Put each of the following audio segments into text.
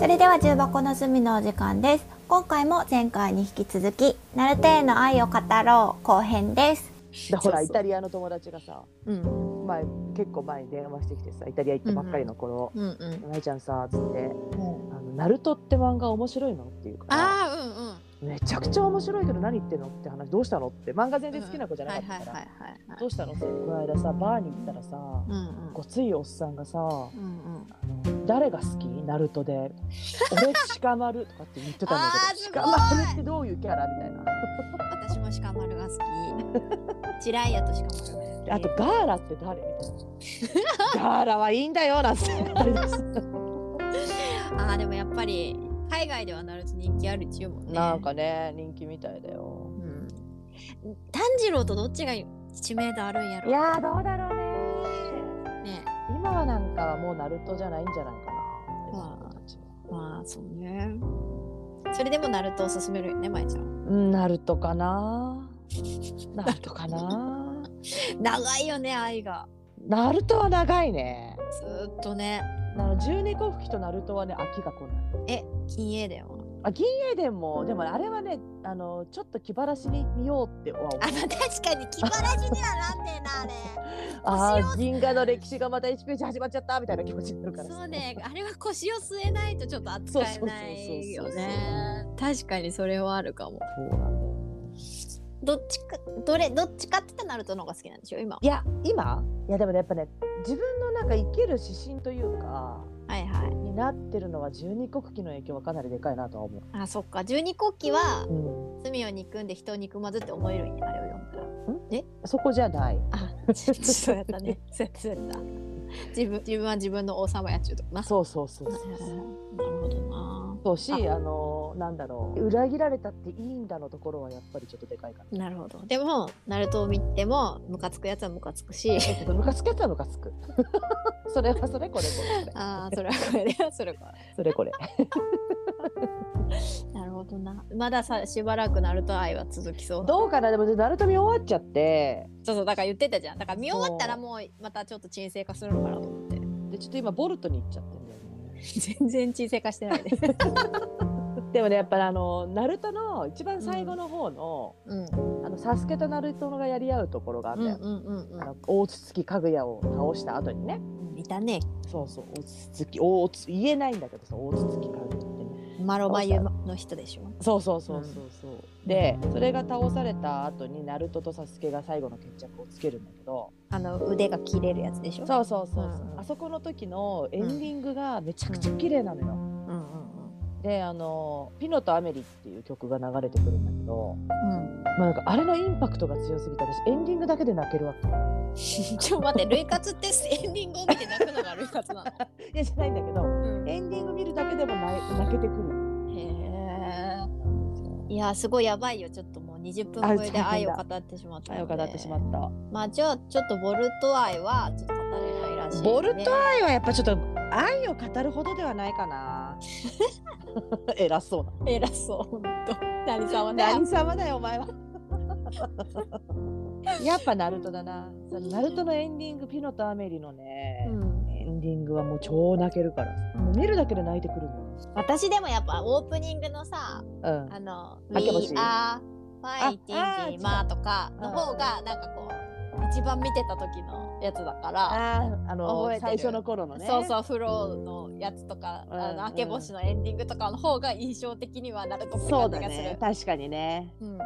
それでは重箱の隅のお時間です今回も前回に引き続きナルテへの愛を語ろう後編ですだほらそうそうイタリアの友達がさうん前結構前に電話してきてさイタリア行ったばっかりの頃うん「な、い、ちゃんさ」っつってうんあの「ナルトって漫画面白いの?」っていうからああうんうん「めちゃくちゃ面白いけど何言ってんの?」って話「どうしたの?」って漫画全然好きな子じゃなかったからは「いはいはいはいはいどうしたの?」ってこの間さバーに行ったらさうんうんごついおっさんがさ「うんうんあの誰が好きナルト で俺鹿丸」とかって言ってたんだあーけすごどい鹿丸ってどういうキャラみたいな私も鹿丸が好きチライアと鹿丸が好きあとガーラって誰みたい なガーラはいいんだよなんて 言ったりしてあーでもやっぱり海外ではなると人気あるっちゅうもんねなんかね人気みたいだようん炭治郎とどっちが知名度あるんやろいやーどうだろうねね今はなんかもうナルトじゃないんじゃないかな今の子たちはまあそうねそれでもナルトを勧めるよねまいちゃんうんナルトかなナルトかな長いよね愛がナルトは長いねずーっとねあの十二個吹きとナルトはね飽きが来ないえ金英だよあ銀英伝もでもあれはねあのちょっと気晴らしに見ようっては思うあまあ確かに気晴らしにはなんねえなあれあー銀河の歴史がまた1ページ始まっちゃったみたいな気持ちになるからそうね、 あれは腰を据えないとちょっと扱えないよね。確かにそれはあるかも。そうなんだよどっちか、どれ、どっちかって言ったらナルトの方が好きなんでしょ、今。いや今いやでもねやっぱね自分のなんか生きる指針というかはいはい。になってるのは十二国旗の影響はかなりでかいなとは思あ、そっか。十二国旗はう、う罪を憎んで人を憎まずって思えるんや、あれを読んだら。ん、そこじゃないあ、ちょっとそうやったね。そうやった、そうやった。自分、自分は自分の王様やっちゅうとこな。そうそうそうはいはいはいなるほどな。そうしあのなんだろう裏切られたっていいんだのところはやっぱりちょっとでかいかななるほど。でも、ナルトを見ても、ムカつくやつはムカつくし。ちょっとムカつくやつはムカつく それはそれこれこれ ああ、それはこれで、それはこれ。それこれなるほどな。まださしばらくナルト愛は続きそうだ。どうかなでもナルト見終わっちゃってそうそうだから言ってたじゃん。だから見終わったらそうもうまたちょっと沈静化するのかなと思って。でちょっと今ボルトに行っちゃってんだよね 全然沈静化してないです。でもねやっぱりあのナルトの一番最後の方の、 うん。あのサスケとナルトがやり合うところがあっうたんよ、うんうんあの大筒木かぐやを倒した後にねうん。いたね。そうそう大筒木大筒言えないんだけどさ大筒木かぐやってねマロマユの人でしょ。そうそうそうそうそう、でそれが倒された後にナルトとサスケが最後の決着をつけるんだけどあの腕が切れるやつでしょ。そうそうそうそう、うんうんあそこの時のエンディングがめちゃくちゃ綺麗なのよ、うんうんであの「ピノとアメリ」っていう曲が流れてくるんだけど、うん。うん。まあ、なんかあれのインパクトが強すぎて私エンディングだけで泣けるわけ ちょっと待って、ルイカツってエンディングを見て泣くのがルイカツなの。 いやじゃないんだけど うんへエンディング見るだけでも泣泣けてくるんえ。ですよ。いやすごいやばいよ。ちょっともう20分超えで愛を語ってしまったので。よかなってしまった。まあじゃあちょっとボルト愛はちょっと語れないらしい、ね。ボルト愛はやっぱちょっと愛を語るほどではないかな。偉そうな。偉そう本当。何様だよ何。様だよお前は。やっぱナルトだな。そのナルトのエンディングピノとアメリのね、うんエンディングはもう超泣けるから。もう見るだけで泣いてくるの。私でもやっぱオープニングのさうん。あの「開け We 星 are ああ fighting ー ma」とかうんの方がなんかこう一番見てた時のやつだから、あーあの覚えてる最初の頃のね。そうそうフローのやつとか、うんあの明け星のエンディングとかの方が印象的にはなるとってそ感うだじがする。ね。確かにね。うん、あ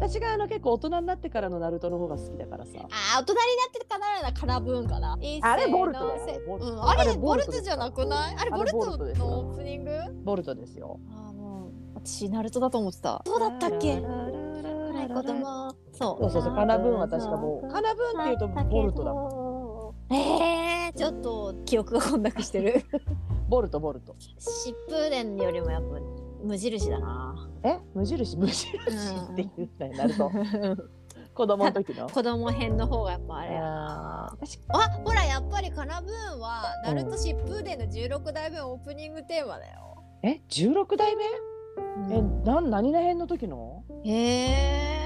私があの結構大人になってからのナルトの方が好きだからさ。あ大人になってからなカラブーンかなあれボルトだよ一斉のせボルトうん、ああれれボボルルトトじゃなくないあれあれボルボルトトですのオープニングボルトですよ。ああもう私ナルトだと思ってた。そうだったっけ？はい子供。そう。そうそうそう、カナブーンは確かもう、カナブーンっていうとボルトだもん。ええー、ちょっと記憶が混濁してる。ボルト、ボルト。疾風伝よりもやっぱ無印だな。え無印、無印っていうのになると、子供の時 の。子供編の方がやっぱあれやな。あほらやっぱりカナブーンはナルト疾風伝の16代目オープニングテーマだよ。え16代目うえん、なん何々編の時のへえ。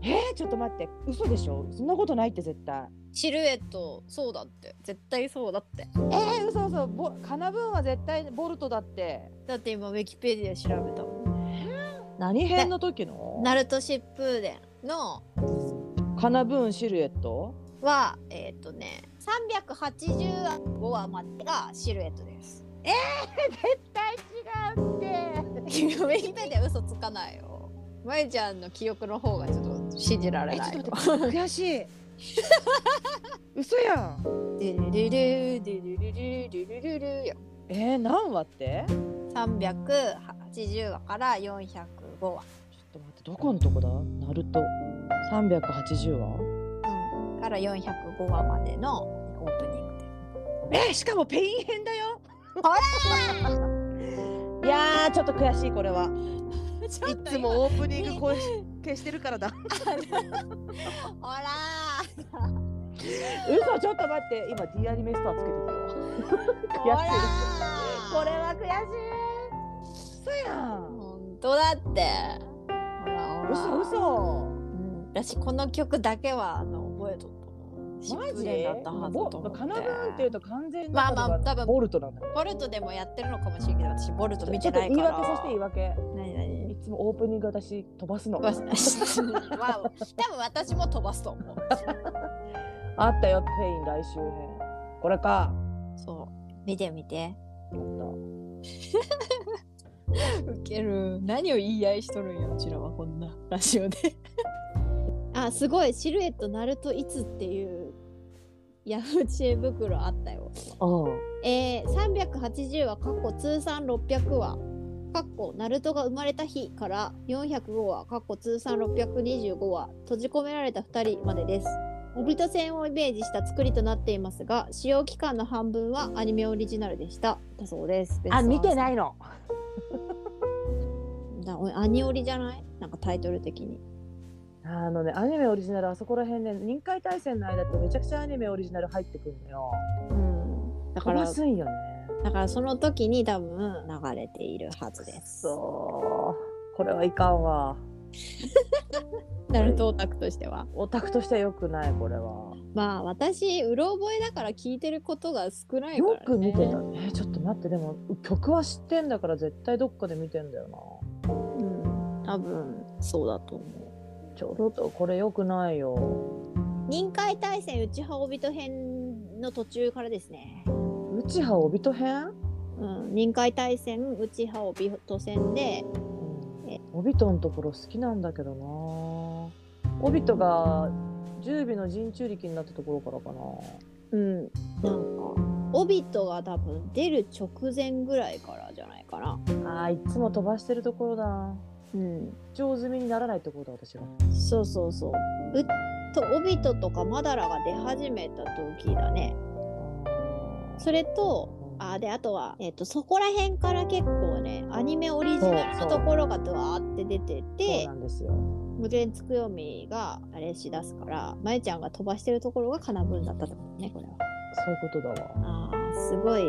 えー、ちょっと待って嘘でしょそんなことないって絶対シルエットそうだって絶対そうだってえー、嘘嘘ボカナブーンは絶対ボルトだってだって今ウィキペディア調べたもん何編の時のナルト疾風伝のカナブーンシルエットはえっ、とね385話までがシルエットです絶対違うってウィキペディア嘘つかないよまゆちゃんの記憶の方がちょっと信じられえちないょよっと待って 悔しい嘘やんデュルルルデュルルルデュルルルよえー、何話ってちょっ380話から405話、と待ってどこのとこだナルト380話うん、から405話までのオープニングでえーしかもペイン編だよいやーちょっと悔しいこれはいつもオープニング声消してるからだほら嘘ちょっと待って今 D アニメストアつけてたよーやほらっーてるこれは悔しい嘘やん本当だってほらほら嘘嘘うん、私この曲だけはあの覚えとったもんシマップジレンだったはずとボ思ってカナブーンっていうと完全にまあまあだから多分ボルトなんだよボルトでもやってるのかもしれないけど私ボルト見ちょてっないと言かいら訳させて言い訳何何いつもオープニング私飛ばすのまあ、多分私も飛ばすと思う。あったよペイン来週編これかそう、見て見て。やったウケる。何を言い合いしとるんや、うちらはこんなラジオで。あ、すごい、シルエットナルトいつっていう。ヤフー知恵袋あったよ。うえー、380話、過去通算600話。かっこナルトが生まれた日から405話かっこ通算625話閉じ込められた2人までですオビト戦をイメージした作りとなっていますが使用期間の半分はアニメオリジナルでしただそうですんあ見ていないのアニオリじゃないなんかタイトル的にあのねアニメオリジナルあそこら辺ね任界大戦の間ってめちゃくちゃアニメオリジナル入ってくるのようんだ飛からばすんよねだからその時に多分流れているはずですそうこれはいかんわナルトオタクとしてはオタクとしては良くないこれはまあ私うろ覚えだから聞いてることが少ないから、ね、よく見てたねえちょっと待ってでも曲は知ってんだから絶対どっかで見てんだよなうん多分そうだと思ちょっとこれ良くないよう任海大戦内派帯人編の途中からですね、内葉帯と編うん、任海大戦内派帯人戦でうん帯とのところ好きなんだけどな帯とが十尾の陣中力になったところからかなうんなんか帯人が多分出る直前ぐらいからじゃないかなあーいつも飛ばしてるところだうん上済みにならないってことだ私がそうそうそううと帯人とかマダラが出始めた時だねそれとあーであとは、えっとそこら辺から結構ねアニメオリジナルのところがドワーって出てそうてなんですよ無限つくよみがあれしだすからまゆちゃんが飛ばしてるところがかなぶんだったってことねこれはそういうことだあわーすごい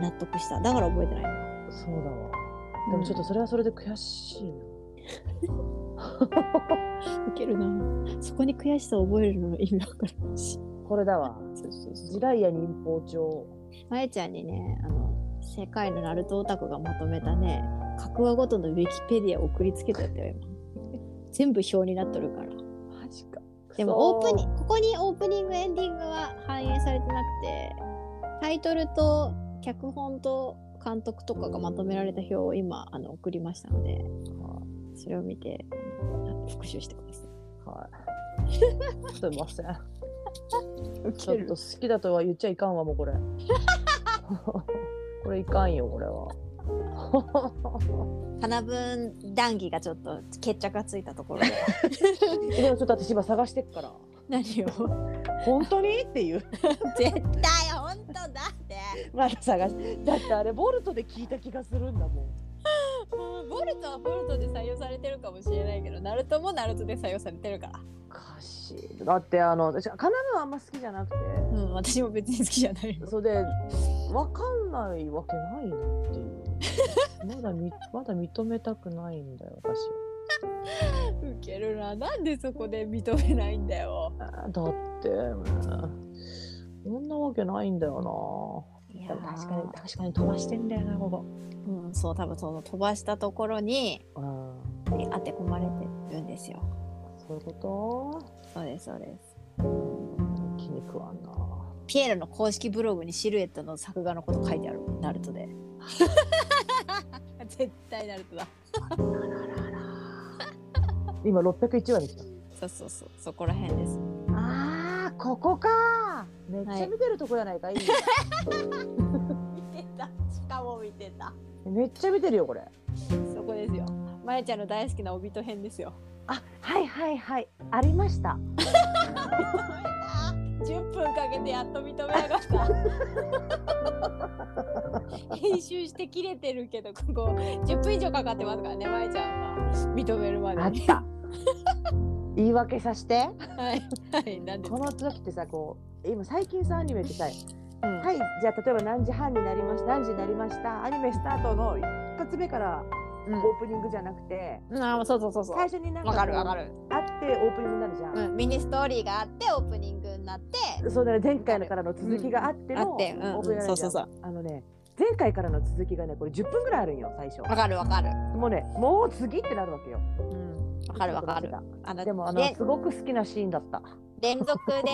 納得しただから覚えてないなそうだわでもちょっとそれはそれで悔しいな、うんウケるなそこに悔しさを覚えるの意味わかるしこれだわそうそうそ地う雷や忍法帳まゆちゃんにねあの世界のナルトオタクがまとめたね各話ごとのウィキペディア送りつけてたよ今全部表になっとるからマジかでもオープニンここにオープニングエンディングは反映されてなくてタイトルと脚本と監督とかがまとめられた表を今あの送りましたのでそれを見てあの復習してください。はいすいま せんちょっと好きだとは言っちゃいかんわもうこ れこれいかんよこれは花分談義がちょっと決着がついたところででもちょっと私今探してっから 何を本当にっていう 絶対本当だってまだ探してだってあれボルトで聞いた気がするんだもんボルトはボルトで採用されてるかもしれないけどナルトもナルトで採用されてるからおかしいだってあの私カナブはあんま好きじゃなくてうん私も別に好きじゃないよそれで分かんないわ けないなっていうまだみまだ認めたくないんだよ私はウケるな。なんでそこで認めないんだよ。だって、そんなわけないんだよいな。確かに、確かに飛ばしてんだよな、ここ。うん、そう、多分その飛ばしたところにうん。え当て込まれてるんですよ。そういうこそうです、そうです。と気に食わんな。ピエロの公式ブログにシルエットの作画のこと書いてある、ナルトで。 絶対ナルトだ。今601話でしそた。うそうそう、そこら辺です。ああ、ここか。めっちゃ見てるとこやないか、いいね見てた。しかも見てた。 めっちゃ見てるよ、これ。そこですよ。まやちゃんの大好きな帯と編ですよ。あ、はいはいはい。ありました。 10分かけてやっと認めなか った編集して切れてるけどここ10分以上かかってますからねまえちゃんは認めるまあっでにた。 言い訳させて。はいはいなんですこかの時ってさ、こう、今最近さ、アニメってさ、うんはい、じゃあ例えば何時半になりました、何時になりました、アニメスタートの一発目からオープニングじゃなくて、うんあそうそうそうそう最初になんわかかるわかるる、あってオープニングになるじゃん。うん、ミニストーリーがあってオープニングになってそうだね、前回のからの続きがあってあの、ってうんオープニングになそるうじゃそんうそうあのね、前回からの続きがね、これ10分ぐらいあるんよ、最初。わかるわかるもうね、もう次ってなるわけよ。うんわかるわかるあのでも、あの、れすごく好きなシーンだった。連続で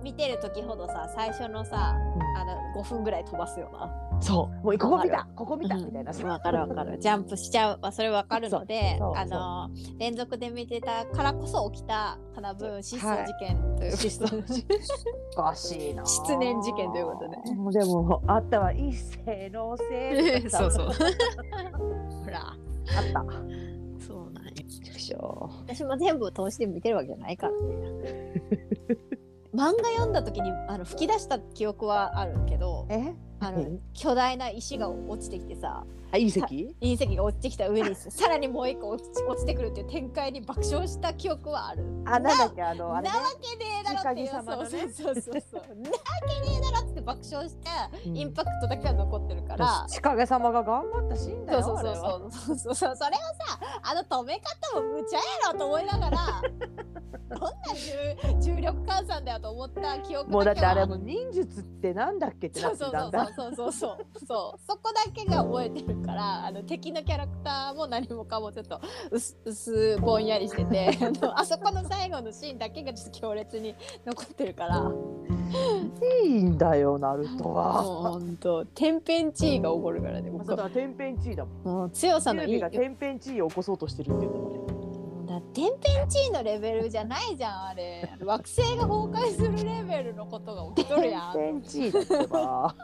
見てる時ほどさ最初のさあの5分ぐらい飛ばすよなそう、もうここ見た、ここ見た、みたいなさ。わかるわかる。ジャンプしちゃう。まあ、それわかるのでそう、そうあの連続で見てたからこそ起きた花分失踪事件という、 失踪事件おかしいな。失念事件ということで。もうでも、あったわ、一世のせい。 そうそう。。ほら、あった。そうなんよ。畜生私も全部通して見てるわけじゃ ないからね。漫画読んだ時にあの吹き出した記憶はあるけど、え、あの巨大な石が落ちてきてさ、あ、隕石。隕石が落ちてきた上に さらにもう一個落ち落ちてくるっていう展開に爆笑した記憶はある。あ、なんだっけ、あの、あれねな。わけねえだろっていう、直火様のねそうそうそうそうなわけねえだろって爆笑したインパクトだけが残ってるから、仕掛け様が頑張ったシーンだそうよ。そうそうあれはそうそうそうそれをさあの止め方も無茶やろと思いな がらどんな重重力換算だよと思った記憶もうだだっけて、はあれも忍術ってなんだっけってそなっうてそうたんだ。そうそうそうそうそうそこだけが覚えてるからあの敵のキャラクターも何もかもちょっと薄薄ぼんやりして てあのあそこの最後のシーンだけがちょっと強烈に残ってるから。いいんだよ、ナルトもは。う本当天変地異が起こるからね僕そうはだ、天変地異だもん。もう強さテのレいビいがだ天変地異を起こそうとしてるっていうのがね。天変地異のレベルじゃないじゃんあれ惑星が崩壊するレベルのことが起きとるやん 天変地異だっ てば。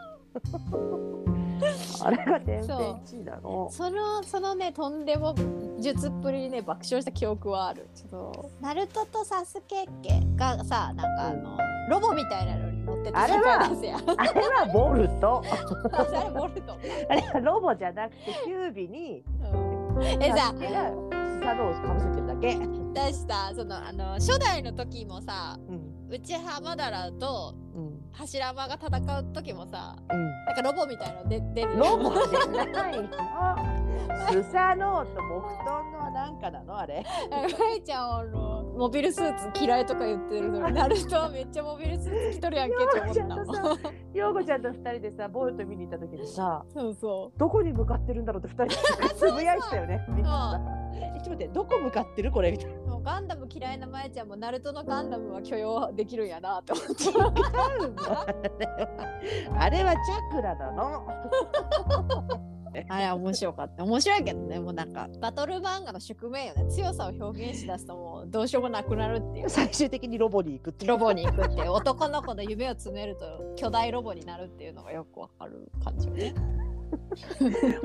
あれが天変地異なの。そのそのねとんでも術っぷりにね爆笑した記憶はあるちょっとナルトとサスケ家がさなんかあのロボみたいなのに乗ってたあれは世界ですやんあれはボルト。あ れボルト、あれはロボじゃなくて、キュービに。 うん、えじゃあ助けがサドをかぶせてるだけ。私さそのあの初代の時もさうん。内浜だらとうん。柱間が戦う時もさうなんかロボみたいなの出出るん。ロボじゃないの。スサノオと木遁のなんかなのあれ。まえちゃんあのモビルスーツ嫌いとか言ってるの にナルトはめっちゃモビルスーツ着とるやんけって思ったもんいやわヨーゴちゃんと二人でさ、ボルト見に行った時にさ、そうそどこに向かってるんだろうって二人 でつぶやいてたよね。びっくりしたえちょっと待って、どこ向かってるこれみたいな。うもうガンダム嫌いなまえちゃんもナルトのガンダムは許容できるんやなって思って あれはチャクラなの。 あれは面白かった面白いけどねもうなんかバトル漫画の宿命よね強さを表現しだすともうどうしようもなくなるっていう最終的にロボに行くっていう。ロボに行くっていう男の子の夢を詰めると巨大ロボになるっていうのがよくわかる感じよね。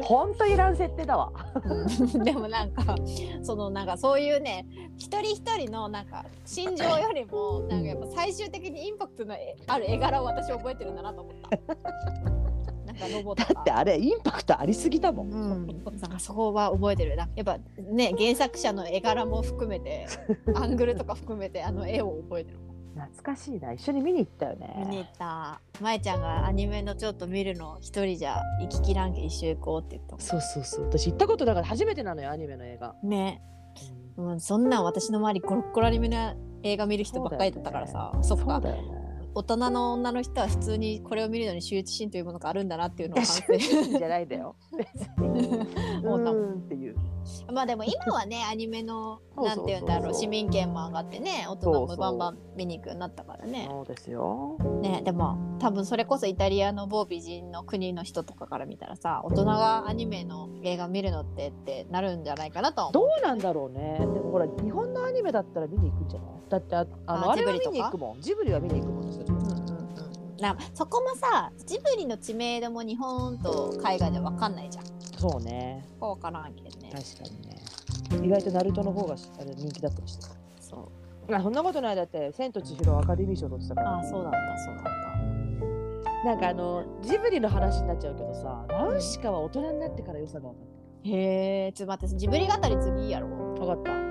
本当いらん設定だわ。 でもなんかそのなんかそういうね一人一人のなんか心情よりもなんかやっぱ最終的にインパクトのある絵柄を私覚えてるんだなと思った。なんかロボとだかってあれインパクトありすぎだもん。うん、なんかそこは覚えてるなやっぱね原作者の絵柄も含めてアングルとか含めてあの絵を覚えてる懐かしいな。一緒に見に行ったよ見に行ね。ったまえちゃんがアニメのちょっと見るの一人じゃ行ききらんけ一緒行こうって言ったもそうそうそう。私行ったことだから初めてなのよアニメの映画。んねうん、そんなん私の周りゴロッゴロアニメの映画見る人ばっかりだったからさそ,、そうっかだよね。大人の女の人は普通にこれを見るのに羞恥心というものがあるんだなっていうのをいや反羞省恥 心じゃないんだよ。別に。思ったもんうーんっていう。まあでも今はねアニメのそうそうなんて言うんだそろううそう市民権も上がってね大人もバンバン見に行くようになったからねそうですよ。ねでも多分それこそイタリアの某美人の国の人とかから見たらさ大人がアニメの映画見るのってってなるんじゃないかなとは思うどうなんだろうね。でもほら日本のアニメだったら見に行くんじゃない？だってああのああれジブはリ見とかに行くもん。ジブリは見に行くもん。私たちうんうんうんなそこもさジブリの知名度も日本と海外で分かんないじゃんそうね。こう分からんけどね確かにね。意外とナルトの方があれ人気だったりして。そうあそんなことないだって千と千尋はアカデミー賞取ってたから。ああそうだったそうだっなんかあのジブリの話になっちゃうけどさ、ナウシカは大人になってから良さが分かたへえちょっと待ってジブリ語り次やろうった。分かった。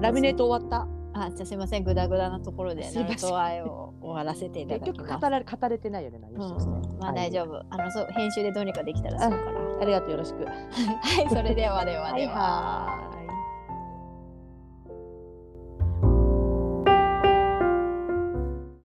ラミネート終わった。あ、じゃあすいません、グダグダなところですナいませんルト愛を終わらせていただ結き局ます語。られ語れてないよね、ナウシカですねうん、まあ大丈夫、あのそう編集でどうにかできたらそうから。 ありがとうよろしく。はい、それではではでは。はーい